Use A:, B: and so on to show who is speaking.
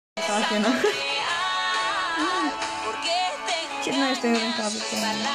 A: か開けない切ない人いるのかぶって